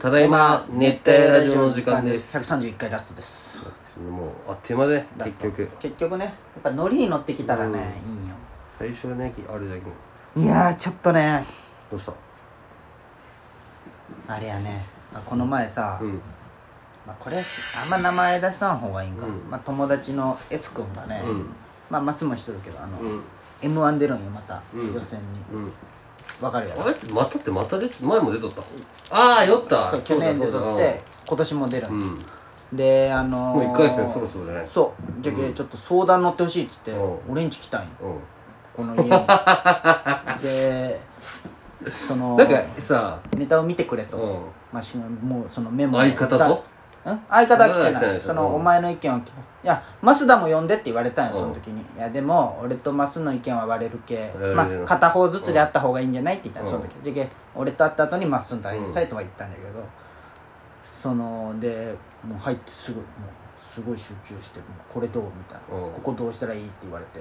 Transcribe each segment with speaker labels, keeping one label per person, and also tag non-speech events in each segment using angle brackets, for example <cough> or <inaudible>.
Speaker 1: ただいま熱帯ラジオの時間です
Speaker 2: 131回ラストです
Speaker 1: もうあっという間で
Speaker 2: ラ
Speaker 1: 結
Speaker 2: スト
Speaker 1: 局
Speaker 2: 結局ねやっぱノリに乗ってきたらね、いいよ
Speaker 1: 最初はねあれじゃんど
Speaker 2: いやーちょっとね
Speaker 1: うした
Speaker 2: あれやねあこの前さ、
Speaker 1: うん
Speaker 2: まあ、これはしあんま名前出した方がいいんか、
Speaker 1: うん
Speaker 2: まあ、友達の S 君がね、
Speaker 1: うん
Speaker 2: まあマスもしとるけどあの、
Speaker 1: うん
Speaker 2: m 1出るんよまた、
Speaker 1: うん
Speaker 2: 予選に
Speaker 1: うん
Speaker 2: わかるやろ
Speaker 1: あれってまたってまた出て前も出とったああ酔った
Speaker 2: そう去年出とって今年も出る、
Speaker 1: うんんうん
Speaker 2: であの
Speaker 1: もう
Speaker 2: ー、
Speaker 1: 1回戦そろそろじゃない
Speaker 2: そうじゃけちょっと相談乗ってほしいっつって、
Speaker 1: うん
Speaker 2: 俺んち来たんよ
Speaker 1: う
Speaker 2: この家
Speaker 1: <laughs>
Speaker 2: にでその
Speaker 1: んなんかさ
Speaker 2: ネタを見てくれと、
Speaker 1: うん
Speaker 2: まあ、しもうそのメモを
Speaker 1: 相方と
Speaker 2: ん相方は来て
Speaker 1: 相方は来
Speaker 2: な
Speaker 1: てな
Speaker 2: い
Speaker 1: いでしょ
Speaker 2: そうの
Speaker 1: ん
Speaker 2: お前の意見を聞いや増田も呼んでって言われたん
Speaker 1: う
Speaker 2: よ
Speaker 1: ん
Speaker 2: その時にいやでも俺と増の意見は割れるけ
Speaker 1: 割れる
Speaker 2: まあ片方ずつであった方がいいんじゃないって言ったの
Speaker 1: うん
Speaker 2: その時で俺と会った後に増田
Speaker 1: うん
Speaker 2: にサイトは言ったんだけどそのでもう入ってすぐもうすごい集中してもうこれどうみたいな
Speaker 1: うん
Speaker 2: ここどうしたらいいって言われて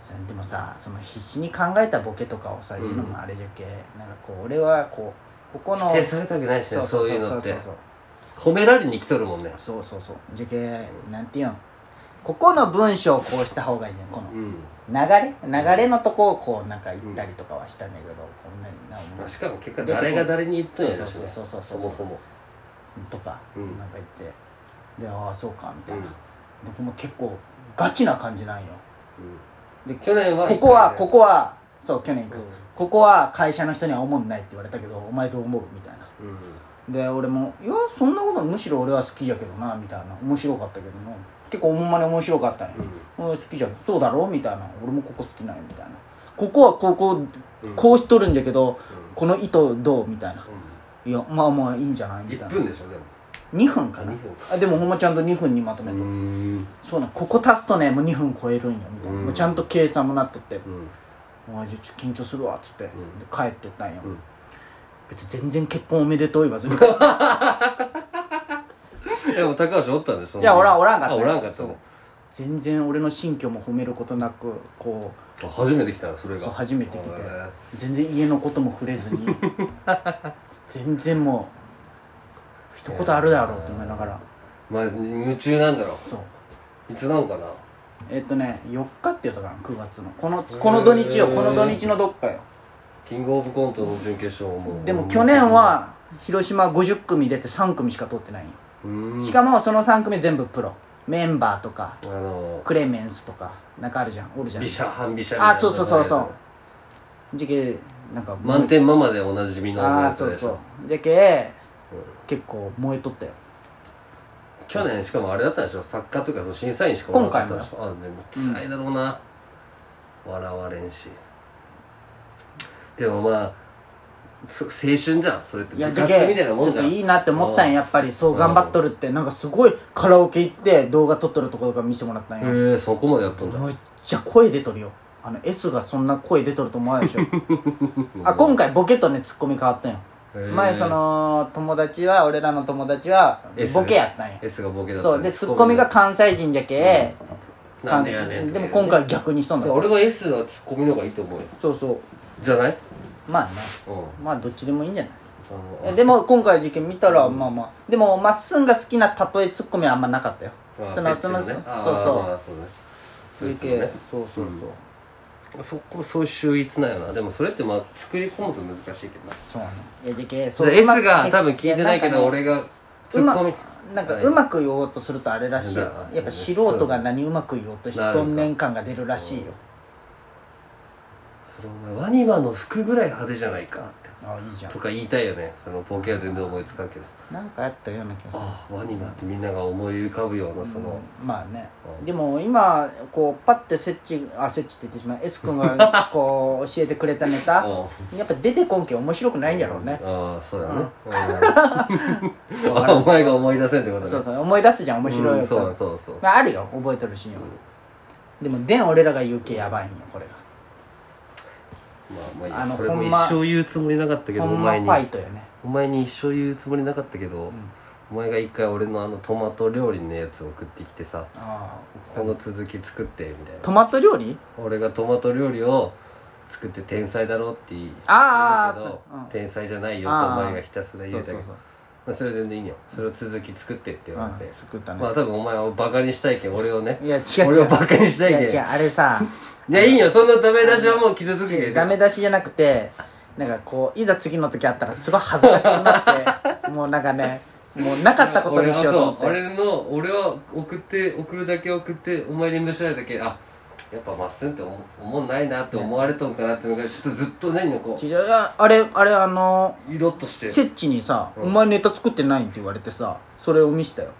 Speaker 2: それでもさその必死に考えたボケとかをさ言うのもあれじゃけなんかこう俺はこうここの
Speaker 1: 否定されたくないしね
Speaker 2: そ
Speaker 1: そう
Speaker 2: うそうそ
Speaker 1: いうう
Speaker 2: そ
Speaker 1: の
Speaker 2: う
Speaker 1: って
Speaker 2: そう
Speaker 1: 褒められに来とるもんね
Speaker 2: そうそうそうじゃけなんていうんここの文章をこうした方がいいねこの
Speaker 1: うん
Speaker 2: 流れ流れのとこをこうなんか言ったりとかはしたんだけど、こんなにな
Speaker 1: ま
Speaker 2: お
Speaker 1: あ
Speaker 2: 前
Speaker 1: しかも結果誰が誰に言っとんやろし
Speaker 2: そう
Speaker 1: ね
Speaker 2: そうそうそ
Speaker 1: そうもそも
Speaker 2: とか、
Speaker 1: うん
Speaker 2: なんか言ってでああそうかみた
Speaker 1: う
Speaker 2: い
Speaker 1: ん
Speaker 2: な、でほんま結構ガチな感じなんよで
Speaker 1: 去年は
Speaker 2: ここはこ
Speaker 1: こ
Speaker 2: こはそう去年行く、
Speaker 1: うん
Speaker 2: ここは会社の人には思んないって言われたけどお前どう思うみたいな
Speaker 1: うん
Speaker 2: で俺も「いやそんなことむしろ俺は好きじゃけどな」みたいな面白かったけどな結構ほんまに面白かったんや、うん、好きじゃんそうだろうみたいな俺もここ好きなんやみたいなここはここ
Speaker 1: うん
Speaker 2: こうしとるんじゃけど、
Speaker 1: うん
Speaker 2: この糸どうみたいな
Speaker 1: う
Speaker 2: いやまあまあいいんじゃない
Speaker 1: ん
Speaker 2: みた
Speaker 1: 1
Speaker 2: いな
Speaker 1: 分でしょでも
Speaker 2: 2分かな
Speaker 1: あ2分か
Speaker 2: あでもほんまちゃんと2分にまとめて、
Speaker 1: ん
Speaker 2: そうなんここ足すとねもう2分超えるんよみたいな、
Speaker 1: うん
Speaker 2: もうちゃんと計算もなっとって、
Speaker 1: うん
Speaker 2: お前じゃあちょっと緊張するわっつって、
Speaker 1: ん
Speaker 2: で帰ってったんよ、
Speaker 1: ん
Speaker 2: 別に全然結婚おめでとう言わずにい
Speaker 1: でも高橋おったんでしょ
Speaker 2: やおらんおらんかった
Speaker 1: あおらんかった
Speaker 2: そう
Speaker 1: も
Speaker 2: 全然俺の新居も褒めることなくこう
Speaker 1: あ初めて来たのそれ
Speaker 2: そ
Speaker 1: が
Speaker 2: う初めて来て
Speaker 1: へえ
Speaker 2: 全然家のことも触れずに全然もう一言あるだろうと思いながら
Speaker 1: まあ夢中なんだろ
Speaker 2: そう
Speaker 1: いつなんかな
Speaker 2: えっとね4日って言ったかな9月のこのこの土日よ
Speaker 1: へー
Speaker 2: この土日のどっかよ
Speaker 1: キングオブコントの準決勝も
Speaker 2: でも去年は広島50組出て3組しか取ってないんよ
Speaker 1: うん
Speaker 2: しかもその3組全部プロメンバーとか
Speaker 1: あの
Speaker 2: クレメンスとかなんかあるじゃんおるじゃん
Speaker 1: ビシャ半ビシャみたいな
Speaker 2: あそうそうそうそうじゃけなんか
Speaker 1: 満点ママでおなじみの
Speaker 2: あ
Speaker 1: や
Speaker 2: あそ
Speaker 1: つ
Speaker 2: う
Speaker 1: でし
Speaker 2: そ
Speaker 1: ょ
Speaker 2: うじゃけ
Speaker 1: うん
Speaker 2: 結構燃えとったよ
Speaker 1: 去年しかもあれだったでしょ作家とかその審査員しかおらんかったでしょあでも辛いだろうな、笑われんしでもまあそ青春じゃんそれって
Speaker 2: い
Speaker 1: 部
Speaker 2: や
Speaker 1: 活
Speaker 2: じゃ
Speaker 1: み
Speaker 2: け
Speaker 1: たいなもん
Speaker 2: ち
Speaker 1: じ
Speaker 2: ょ
Speaker 1: ゃ
Speaker 2: っ
Speaker 1: ん
Speaker 2: といいなって思ったん
Speaker 1: うん
Speaker 2: ややっぱりそう頑張っとるってなんかすごいカラオケ行って動画撮っとるところとか見せてもらったん
Speaker 1: へえ
Speaker 2: や
Speaker 1: そこまでやっとんだ
Speaker 2: むっちゃ声出とるよあの S がそんな声出とると思わないで
Speaker 1: <laughs>
Speaker 2: しょあ今回ボケとねツッコミ変わったんよ
Speaker 1: へー
Speaker 2: 前その友達は俺らの友達は
Speaker 1: S
Speaker 2: ボケやったんや
Speaker 1: S がボケだった
Speaker 2: そうでツッコミが関西人じゃけ
Speaker 1: なんでやねん
Speaker 2: でも今回逆にしとんだ
Speaker 1: 俺は S はツッコミの方がいいと思うよ
Speaker 2: そうそう
Speaker 1: じゃない
Speaker 2: まあね
Speaker 1: うんあ
Speaker 2: まあどっちでもいいんじゃないえ
Speaker 1: の
Speaker 2: でも今回の事件見たらまあまあでもまっすんが好きな例えツッコミはあんまなかったよ
Speaker 1: あ
Speaker 2: その
Speaker 1: 設置
Speaker 2: その
Speaker 1: の
Speaker 2: そ
Speaker 1: ね
Speaker 2: う
Speaker 1: あーま
Speaker 2: そ
Speaker 1: あそうね
Speaker 2: う
Speaker 1: そ
Speaker 2: そう
Speaker 1: ういうやつね
Speaker 2: そうそうそう
Speaker 1: そこそういう秀逸なんよなでもそれってまあ作り込むと難しいけどな
Speaker 2: そうねいやじゃけ
Speaker 1: そう S が多分聞いてないけど俺がツ
Speaker 2: うま
Speaker 1: ッコミ
Speaker 2: なんか
Speaker 1: はいう
Speaker 2: まく言おうとするとあれらしいよ
Speaker 1: なんだ
Speaker 2: やっぱ素人が何うまく言おうとし
Speaker 1: なるか
Speaker 2: とんねん感が出るらしいよ
Speaker 1: それお前ワニマの服ぐらい派手じゃないかって
Speaker 2: ああいいじゃん
Speaker 1: とか言いたいよねそのボケは全然思いつかんけど
Speaker 2: なんかあったような気がする
Speaker 1: ああワニマってみんなが思い浮かぶようなその
Speaker 2: まあね
Speaker 1: うん
Speaker 2: でも今こうパッて設置あ設置って言ってしまう S 君がこう教えてくれたネタやっぱ出てこんけん面白くないんやろうね
Speaker 1: ああそうやねうんあお前が思い出せんってことね
Speaker 2: そうそう思い出すじゃん面白
Speaker 1: う
Speaker 2: い
Speaker 1: ん
Speaker 2: か
Speaker 1: そ
Speaker 2: ら
Speaker 1: うなんそうそう
Speaker 2: まあ、あるよ覚えてるシーンは、でもでん俺らが言うけやばいんよこれが
Speaker 1: まあまあ
Speaker 2: あ
Speaker 1: いい
Speaker 2: の
Speaker 1: やそれも
Speaker 2: ほん
Speaker 1: 一
Speaker 2: ま
Speaker 1: 生言うつもりなかったけど
Speaker 2: ほ
Speaker 1: お
Speaker 2: んま
Speaker 1: 前
Speaker 2: フ
Speaker 1: に
Speaker 2: ァイトよね
Speaker 1: お前に一生言うつもりなかったけどお前が一回俺のあのトマト料理のやつを送ってきてさ
Speaker 2: あ
Speaker 1: この続き作ってみたいな
Speaker 2: トマト料理
Speaker 1: 俺がトマト料理を作って天才だろって言う
Speaker 2: あー
Speaker 1: 言うけ
Speaker 2: あー
Speaker 1: ど
Speaker 2: うん
Speaker 1: 天才じゃないよと
Speaker 2: あ
Speaker 1: お
Speaker 2: ー
Speaker 1: 前がひたすら
Speaker 2: そ
Speaker 1: 言
Speaker 2: う
Speaker 1: うだ
Speaker 2: そ
Speaker 1: け
Speaker 2: うそう
Speaker 1: まあそれ全然いいよそれを続き作ってって言われ
Speaker 2: う
Speaker 1: て
Speaker 2: ん作ったね
Speaker 1: まあ多分お前をバカにしたいけん俺をね
Speaker 2: いや違う違う
Speaker 1: 俺をバカにしたい
Speaker 2: いや
Speaker 1: けん
Speaker 2: 違うあ
Speaker 1: <laughs>
Speaker 2: れさ
Speaker 1: いやいいよそんなダメ出しはもう傷つくけ
Speaker 2: 違
Speaker 1: ど
Speaker 2: うダメ出しじゃなくてなんかこういざ次の時あったらすごい恥ずかしく
Speaker 1: <laughs>
Speaker 2: なってもうなんかねもうなかったことにしようと思って
Speaker 1: 俺はそう俺の俺は送って送るだけ送ってお前に無視されたけあやっぱまっすんって思思んないなって思われとんかなっていうのがちょっとずっと何もこ
Speaker 2: 違うああれあれあの
Speaker 1: うイロッとして
Speaker 2: セッチにさ、
Speaker 1: うん
Speaker 2: お前ネタ作ってない?」って言われてさそれを見したよ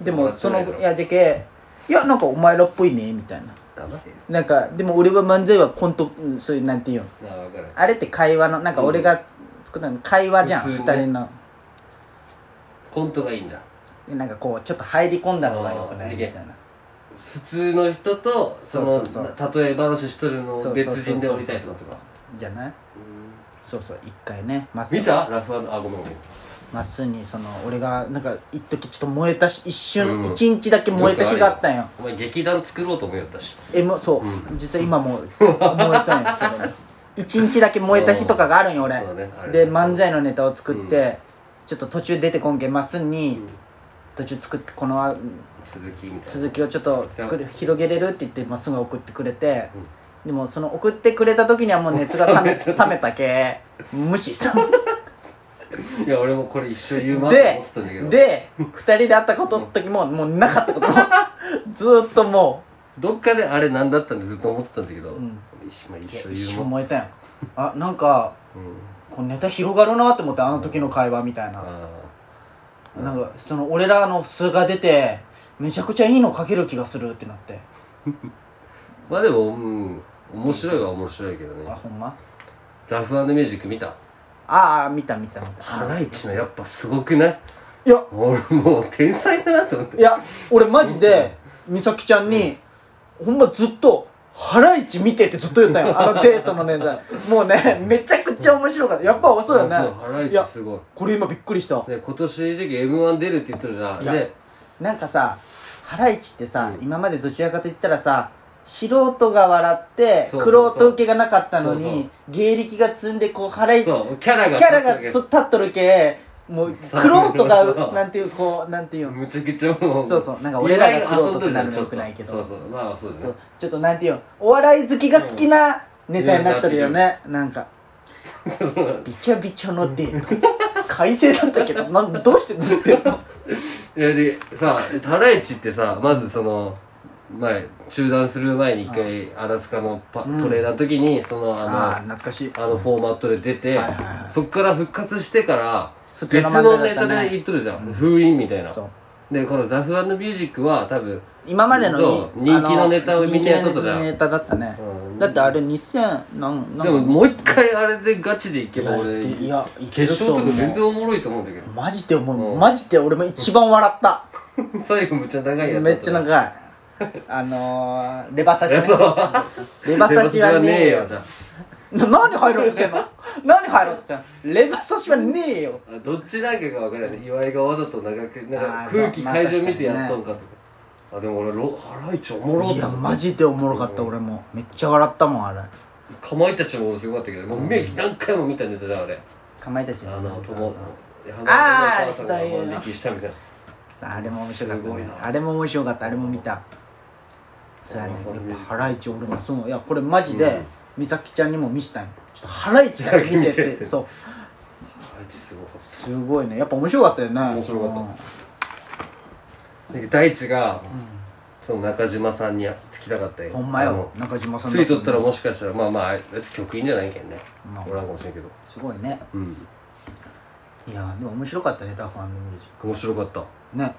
Speaker 2: でも
Speaker 1: そ
Speaker 2: そう
Speaker 1: な
Speaker 2: の
Speaker 1: ってないだろ
Speaker 2: いやじゃけいやなんかお前らっぽいねみたいな
Speaker 1: 黙れよ
Speaker 2: なんかでも俺は漫才はコントうんそういうなんていうの
Speaker 1: なあ分かる
Speaker 2: あれって会話のなんか俺が作ったの会話じゃん、
Speaker 1: 普
Speaker 2: 二
Speaker 1: 通に
Speaker 2: 2人の
Speaker 1: コントがいいんだ
Speaker 2: なんかこうちょっと入り込んだのがよくない
Speaker 1: あー
Speaker 2: みたいな
Speaker 1: 普通の人とその
Speaker 2: そうそう
Speaker 1: 例え話しとるの
Speaker 2: そ
Speaker 1: を
Speaker 2: う
Speaker 1: 別人で降りたい
Speaker 2: そ
Speaker 1: そうう
Speaker 2: そ
Speaker 1: と
Speaker 2: うそう
Speaker 1: か
Speaker 2: じゃないそうそう一回ねまっす
Speaker 1: 見たラフアンあごめんごめん
Speaker 2: まっすーにその俺がなんか一時ちょっと燃えたし一瞬
Speaker 1: うん
Speaker 2: 一、日だけ燃えた日があったんよ
Speaker 1: お前劇団作ろうと思いよったし
Speaker 2: えもうそう、実は今もう燃えたんよそ
Speaker 1: <laughs>
Speaker 2: れも一日だけ燃えた日とかがあるんよ俺、
Speaker 1: そうだねあれ
Speaker 2: で漫才のネタを作って、ちょっと途中出てこんけんまっすーに、途中作ってこのあ
Speaker 1: 続きみたいな
Speaker 2: 続きをちょっと作る広げれるって言ってまっすぐ送ってくれて、
Speaker 1: うん
Speaker 2: でもその送ってくれた時にはもう熱が冷め
Speaker 1: <laughs>
Speaker 2: 冷めたけ無視した
Speaker 1: いや俺もこれ一生言うまって思
Speaker 2: で
Speaker 1: ってたんだけど
Speaker 2: で2人で会ったことの時ももうなかっ
Speaker 1: <laughs>
Speaker 2: たことずーっとも
Speaker 1: どっかであれ何だったんでずっと思ってたんだけど、
Speaker 2: ん
Speaker 1: 一まあ
Speaker 2: う
Speaker 1: 一
Speaker 2: 一
Speaker 1: 生言
Speaker 2: 瞬
Speaker 1: うま
Speaker 2: 燃えた <laughs> やんあなんか
Speaker 1: うん
Speaker 2: こうネタ広がるなと思ってあの時の会話みたいな、
Speaker 1: あ
Speaker 2: なんかその俺らの素が出てめちゃくちゃいいの書ける気がするってなって
Speaker 1: あまあでもうん面白いは面白いけど
Speaker 2: あ
Speaker 1: ね
Speaker 2: ほんま
Speaker 1: ラフミュージック見た
Speaker 2: ああ見た見た見た
Speaker 1: ハライチのやっぱすごくない
Speaker 2: いや
Speaker 1: 俺もう天才だなと思って
Speaker 2: いや俺マジで美咲ちゃんに、ほんまずっと「ハライチ見て」ってずっと言ったん <laughs> よあのデートの年代もうねめちゃくちゃ面白かったやっぱそうだ
Speaker 1: そうハラ
Speaker 2: ね
Speaker 1: イ
Speaker 2: い
Speaker 1: チ
Speaker 2: や
Speaker 1: すごい
Speaker 2: これ今びっくりした
Speaker 1: で今年正直 m 1出るって言ってるじゃん
Speaker 2: いや
Speaker 1: で
Speaker 2: なんかさハライチってさ、
Speaker 1: うん
Speaker 2: 今までどちらかといったらさ素人が笑って
Speaker 1: そうそうそう
Speaker 2: 玄人受けがなかったのに
Speaker 1: そうそう
Speaker 2: 芸歴が積んでこうハライチ
Speaker 1: そうキャラが
Speaker 2: キャラがと立っとるけもう玄
Speaker 1: そう
Speaker 2: 人
Speaker 1: そ
Speaker 2: が
Speaker 1: う
Speaker 2: なんていうこうなんていうの
Speaker 1: むちゃくちゃもう
Speaker 2: そうそうなんか俺らが
Speaker 1: 遊
Speaker 2: 玄
Speaker 1: ん
Speaker 2: 人
Speaker 1: ど
Speaker 2: っ
Speaker 1: る
Speaker 2: て
Speaker 1: じゃ
Speaker 2: なんるの
Speaker 1: ちょっ
Speaker 2: よ
Speaker 1: と
Speaker 2: くないけど
Speaker 1: そうそうまあそうです
Speaker 2: そ
Speaker 1: ね
Speaker 2: うちょっとなんていうのお笑い好きが好きなネタになっとるよね、なんかびちゃびちゃのデート快晴だったけどなんどうして塗ってるの
Speaker 1: いやでさハライチってさまずその前中断する前に一回アラスカのパ、
Speaker 2: うん
Speaker 1: トレーナーの時にそのあの
Speaker 2: ああ懐かしい
Speaker 1: あのフォーマットで出て、
Speaker 2: はいはいはい
Speaker 1: そっから復活してから、
Speaker 2: 普通
Speaker 1: 別
Speaker 2: の漫才
Speaker 1: の
Speaker 2: だ
Speaker 1: ネ
Speaker 2: った
Speaker 1: タ
Speaker 2: ね
Speaker 1: で言っとるじゃん。封印みたいな。
Speaker 2: そう
Speaker 1: で、このザフミュージックは多分、
Speaker 2: 今までのい
Speaker 1: そう
Speaker 2: あ
Speaker 1: 人気のネタをみんなやっとったじゃん
Speaker 2: 人気のネタだったね、
Speaker 1: うん
Speaker 2: だってあれ2000なんなん
Speaker 1: でももう一回あれでガチでいけば俺、
Speaker 2: いやいける
Speaker 1: 決勝
Speaker 2: と思
Speaker 1: と
Speaker 2: う
Speaker 1: か全然おもろいと思うんだけど。
Speaker 2: マジで思う、
Speaker 1: うん
Speaker 2: マジで俺も一番笑った
Speaker 1: <laughs> 最後めっちゃ長いやつ。
Speaker 2: めっちゃ
Speaker 1: い。
Speaker 2: 長いあのー、レバ刺しねレバ刺し
Speaker 1: レバ
Speaker 2: は
Speaker 1: 刺
Speaker 2: ね
Speaker 1: ね
Speaker 2: え
Speaker 1: え
Speaker 2: よ
Speaker 1: よ、じゃ
Speaker 2: な何入ろうとしてんの何入ろうとしてんのレバ刺しはねえよ
Speaker 1: あどっちなんかがわからない。岩井がわざと長く、なん
Speaker 2: あ
Speaker 1: か
Speaker 2: ー
Speaker 1: 空気
Speaker 2: まあ
Speaker 1: 会場見てやっとんかとか。あ、でも俺、ロハライチおもろ
Speaker 2: いや
Speaker 1: と思って
Speaker 2: マジでおもろかった俺もめっちゃ笑ったもんあれ
Speaker 1: かまいたちもすごかったけど、もう目何回も見たネタじゃん、あれ。
Speaker 2: かまいたち
Speaker 1: あの友
Speaker 2: あー
Speaker 1: 人が万引きしたみたいな
Speaker 2: さああれも面白かった
Speaker 1: すごい
Speaker 2: ね
Speaker 1: な
Speaker 2: あれも面白かったあれも見たそうやねやっぱハライチ俺もそういやこれマジで美咲ちゃんにも見せたんよちょっとハライチだけ見てっ
Speaker 1: 見 <laughs>
Speaker 2: て
Speaker 1: て
Speaker 2: そう
Speaker 1: あいつすごかっ
Speaker 2: すごいねやっぱ面白かったよね
Speaker 1: 面白かったたで大地が、その中島さんにつきたかったよ
Speaker 2: うんほんま
Speaker 1: あ
Speaker 2: よ
Speaker 1: の
Speaker 2: 中島さん
Speaker 1: ついとったら
Speaker 2: も
Speaker 1: もしかしたらまあまああいつ曲いいんじゃないけんね、
Speaker 2: まあ
Speaker 1: おらんかもしれんけど
Speaker 2: すごいね
Speaker 1: うん
Speaker 2: いやでも面白かったねラファンのミュージ
Speaker 1: 面白かった
Speaker 2: ックね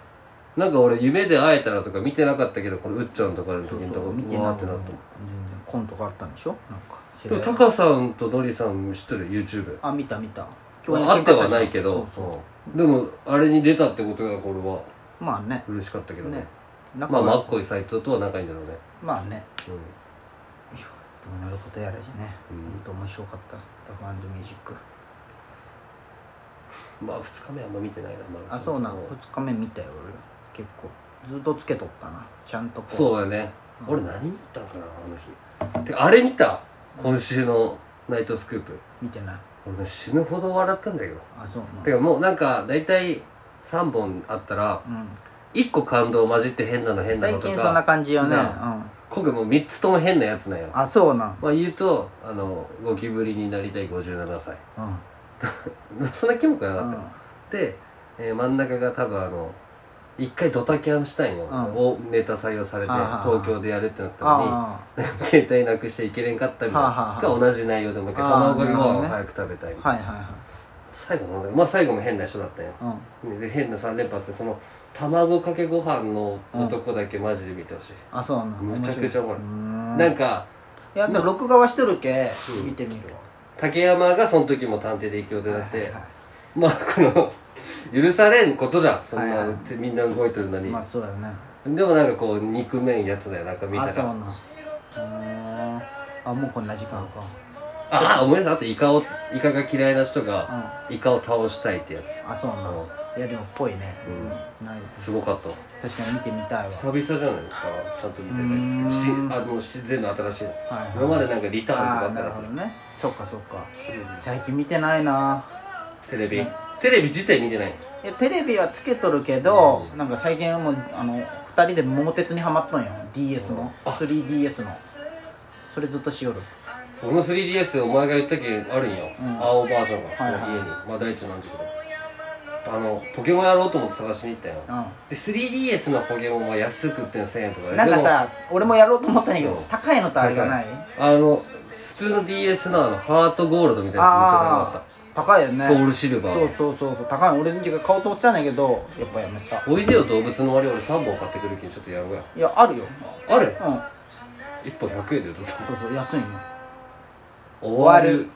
Speaker 1: なんか俺夢で会えたらとか見てなかったけどこのうっちゃんとかの時
Speaker 2: そう
Speaker 1: の
Speaker 2: そ
Speaker 1: とこ
Speaker 2: う見て
Speaker 1: うわ
Speaker 2: な
Speaker 1: ーってなった
Speaker 2: 全然コントがあったんでしょなんか
Speaker 1: でもタカさんとノリさん知っとる YouTube
Speaker 2: あ見た見た
Speaker 1: まあ会ってはないけ
Speaker 2: そ
Speaker 1: ど
Speaker 2: うそ
Speaker 1: う
Speaker 2: う
Speaker 1: んでもあれに出たってことがこれは
Speaker 2: まあね
Speaker 1: 嬉しかったけど
Speaker 2: ね
Speaker 1: ね
Speaker 2: 仲
Speaker 1: まあ、
Speaker 2: は
Speaker 1: マッコイ斎藤とは仲いいんだろうね。
Speaker 2: まあね
Speaker 1: うん。
Speaker 2: どうなることやらじゃね、
Speaker 1: うん
Speaker 2: ほんと面白かったラフミュージック
Speaker 1: まあ、二日目あんま見てないな、まだ
Speaker 2: あそうな
Speaker 1: の
Speaker 2: の2日目見たよ俺結構ずっとつけとったなちゃんとこう
Speaker 1: そうだね。俺何見たんかな、あの日。てかあれ見た今週のナイトスクープ
Speaker 2: 見てない
Speaker 1: 俺死ぬほど笑ったんだけど
Speaker 2: あそう
Speaker 1: てかもうなんか大体3本あったら
Speaker 2: な、うん、
Speaker 1: 1個感動混じって変なの変な
Speaker 2: 最
Speaker 1: のと
Speaker 2: 近そんな
Speaker 1: か
Speaker 2: 感じよね、う
Speaker 1: ね
Speaker 2: ん、
Speaker 1: 今回もう3つとも変なやつなんよ
Speaker 2: あそうなん、
Speaker 1: まあ言うとあのゴキブリになりたい57歳
Speaker 2: うんうん
Speaker 1: そんなキモくはなかったよで、えー真ん中が多分あの一回ドタキャンしたいの、
Speaker 2: うん
Speaker 1: をネタ採用されて
Speaker 2: あー
Speaker 1: 東京でやるってなったの
Speaker 2: あ
Speaker 1: に携帯なくしていけれんかったみたい
Speaker 2: はあは
Speaker 1: なが
Speaker 2: あ
Speaker 1: 同じ内容でもう一回
Speaker 2: あー
Speaker 1: 卵かけご
Speaker 2: なるほ
Speaker 1: 飯
Speaker 2: ど
Speaker 1: を
Speaker 2: ね
Speaker 1: 早く食べたいみ
Speaker 2: あ
Speaker 1: たいな
Speaker 2: はいはいは
Speaker 1: 最後のまあ最後も変な人だったよ
Speaker 2: い、うん、
Speaker 1: で変な3連発でその卵かけご飯の男だけマジで見てほしい、
Speaker 2: あそうなん
Speaker 1: むちゃくちゃおもろい
Speaker 2: な
Speaker 1: なんんか
Speaker 2: いやでも録画はしとるけ
Speaker 1: うん
Speaker 2: 見てみるわ
Speaker 1: 竹山がその時も探偵で一挙でなって、
Speaker 2: はいはいは
Speaker 1: まあこの許されんことじゃんそんな、
Speaker 2: はい
Speaker 1: っ
Speaker 2: はい
Speaker 1: てみんな動いてるの
Speaker 2: い
Speaker 1: に、
Speaker 2: まあそうだよね
Speaker 1: でもなんかこう憎めんやつだよなんか見た
Speaker 2: あ
Speaker 1: ら
Speaker 2: そうなんうーんあもうこんな時間か
Speaker 1: ああ思い出したあとイカをイカが嫌いな人がイカを倒したいってや
Speaker 2: あそうなん
Speaker 1: うん
Speaker 2: いやでもっぽいねない
Speaker 1: つすごかった
Speaker 2: 確かに見てみたいわ
Speaker 1: 久々じゃないかちゃんと見てないですけど
Speaker 2: う
Speaker 1: しあのし全部新しいの
Speaker 2: はいはい
Speaker 1: 今までなんかリター
Speaker 2: ああ
Speaker 1: ンとか
Speaker 2: なる
Speaker 1: あ
Speaker 2: ほ
Speaker 1: っ
Speaker 2: ど
Speaker 1: たら
Speaker 2: ねそっかそっか最近見てないな
Speaker 1: テレビテレビ自体見てない
Speaker 2: いやテレビはつけとるけどなんか最近はもうあの2人で桃鉄にハマっとんよ DS の 3DS のそれずっとしよる
Speaker 1: 俺の 3DS お前が言ったけあるんよ、青バージョンがその
Speaker 2: はいはい
Speaker 1: 家に、まあ大地なんだけどあのポケモンやろうと思って探しに行ったよ、
Speaker 2: うん
Speaker 1: で 3DS のポケモンは安くって1000円とかで
Speaker 2: なんか
Speaker 1: でも
Speaker 2: さ俺もやろうと思ったんやけ
Speaker 1: うん
Speaker 2: ど高いのとあれがない
Speaker 1: あの普通の DS のあのハートゴールドみたいなやつめっちゃ高か
Speaker 2: ああ高いよ
Speaker 1: った、
Speaker 2: ね
Speaker 1: ソウルシルバー
Speaker 2: そうそうそうそう高いの俺んちが買おうとしてたんやけどやっぱやめた
Speaker 1: おいでよ動物の割俺3本買ってくるけんちょっとやろうや
Speaker 2: いやあるよ
Speaker 1: あれ
Speaker 2: うん
Speaker 1: 1本100円で売っとった
Speaker 2: そうそう安いの
Speaker 1: 終わる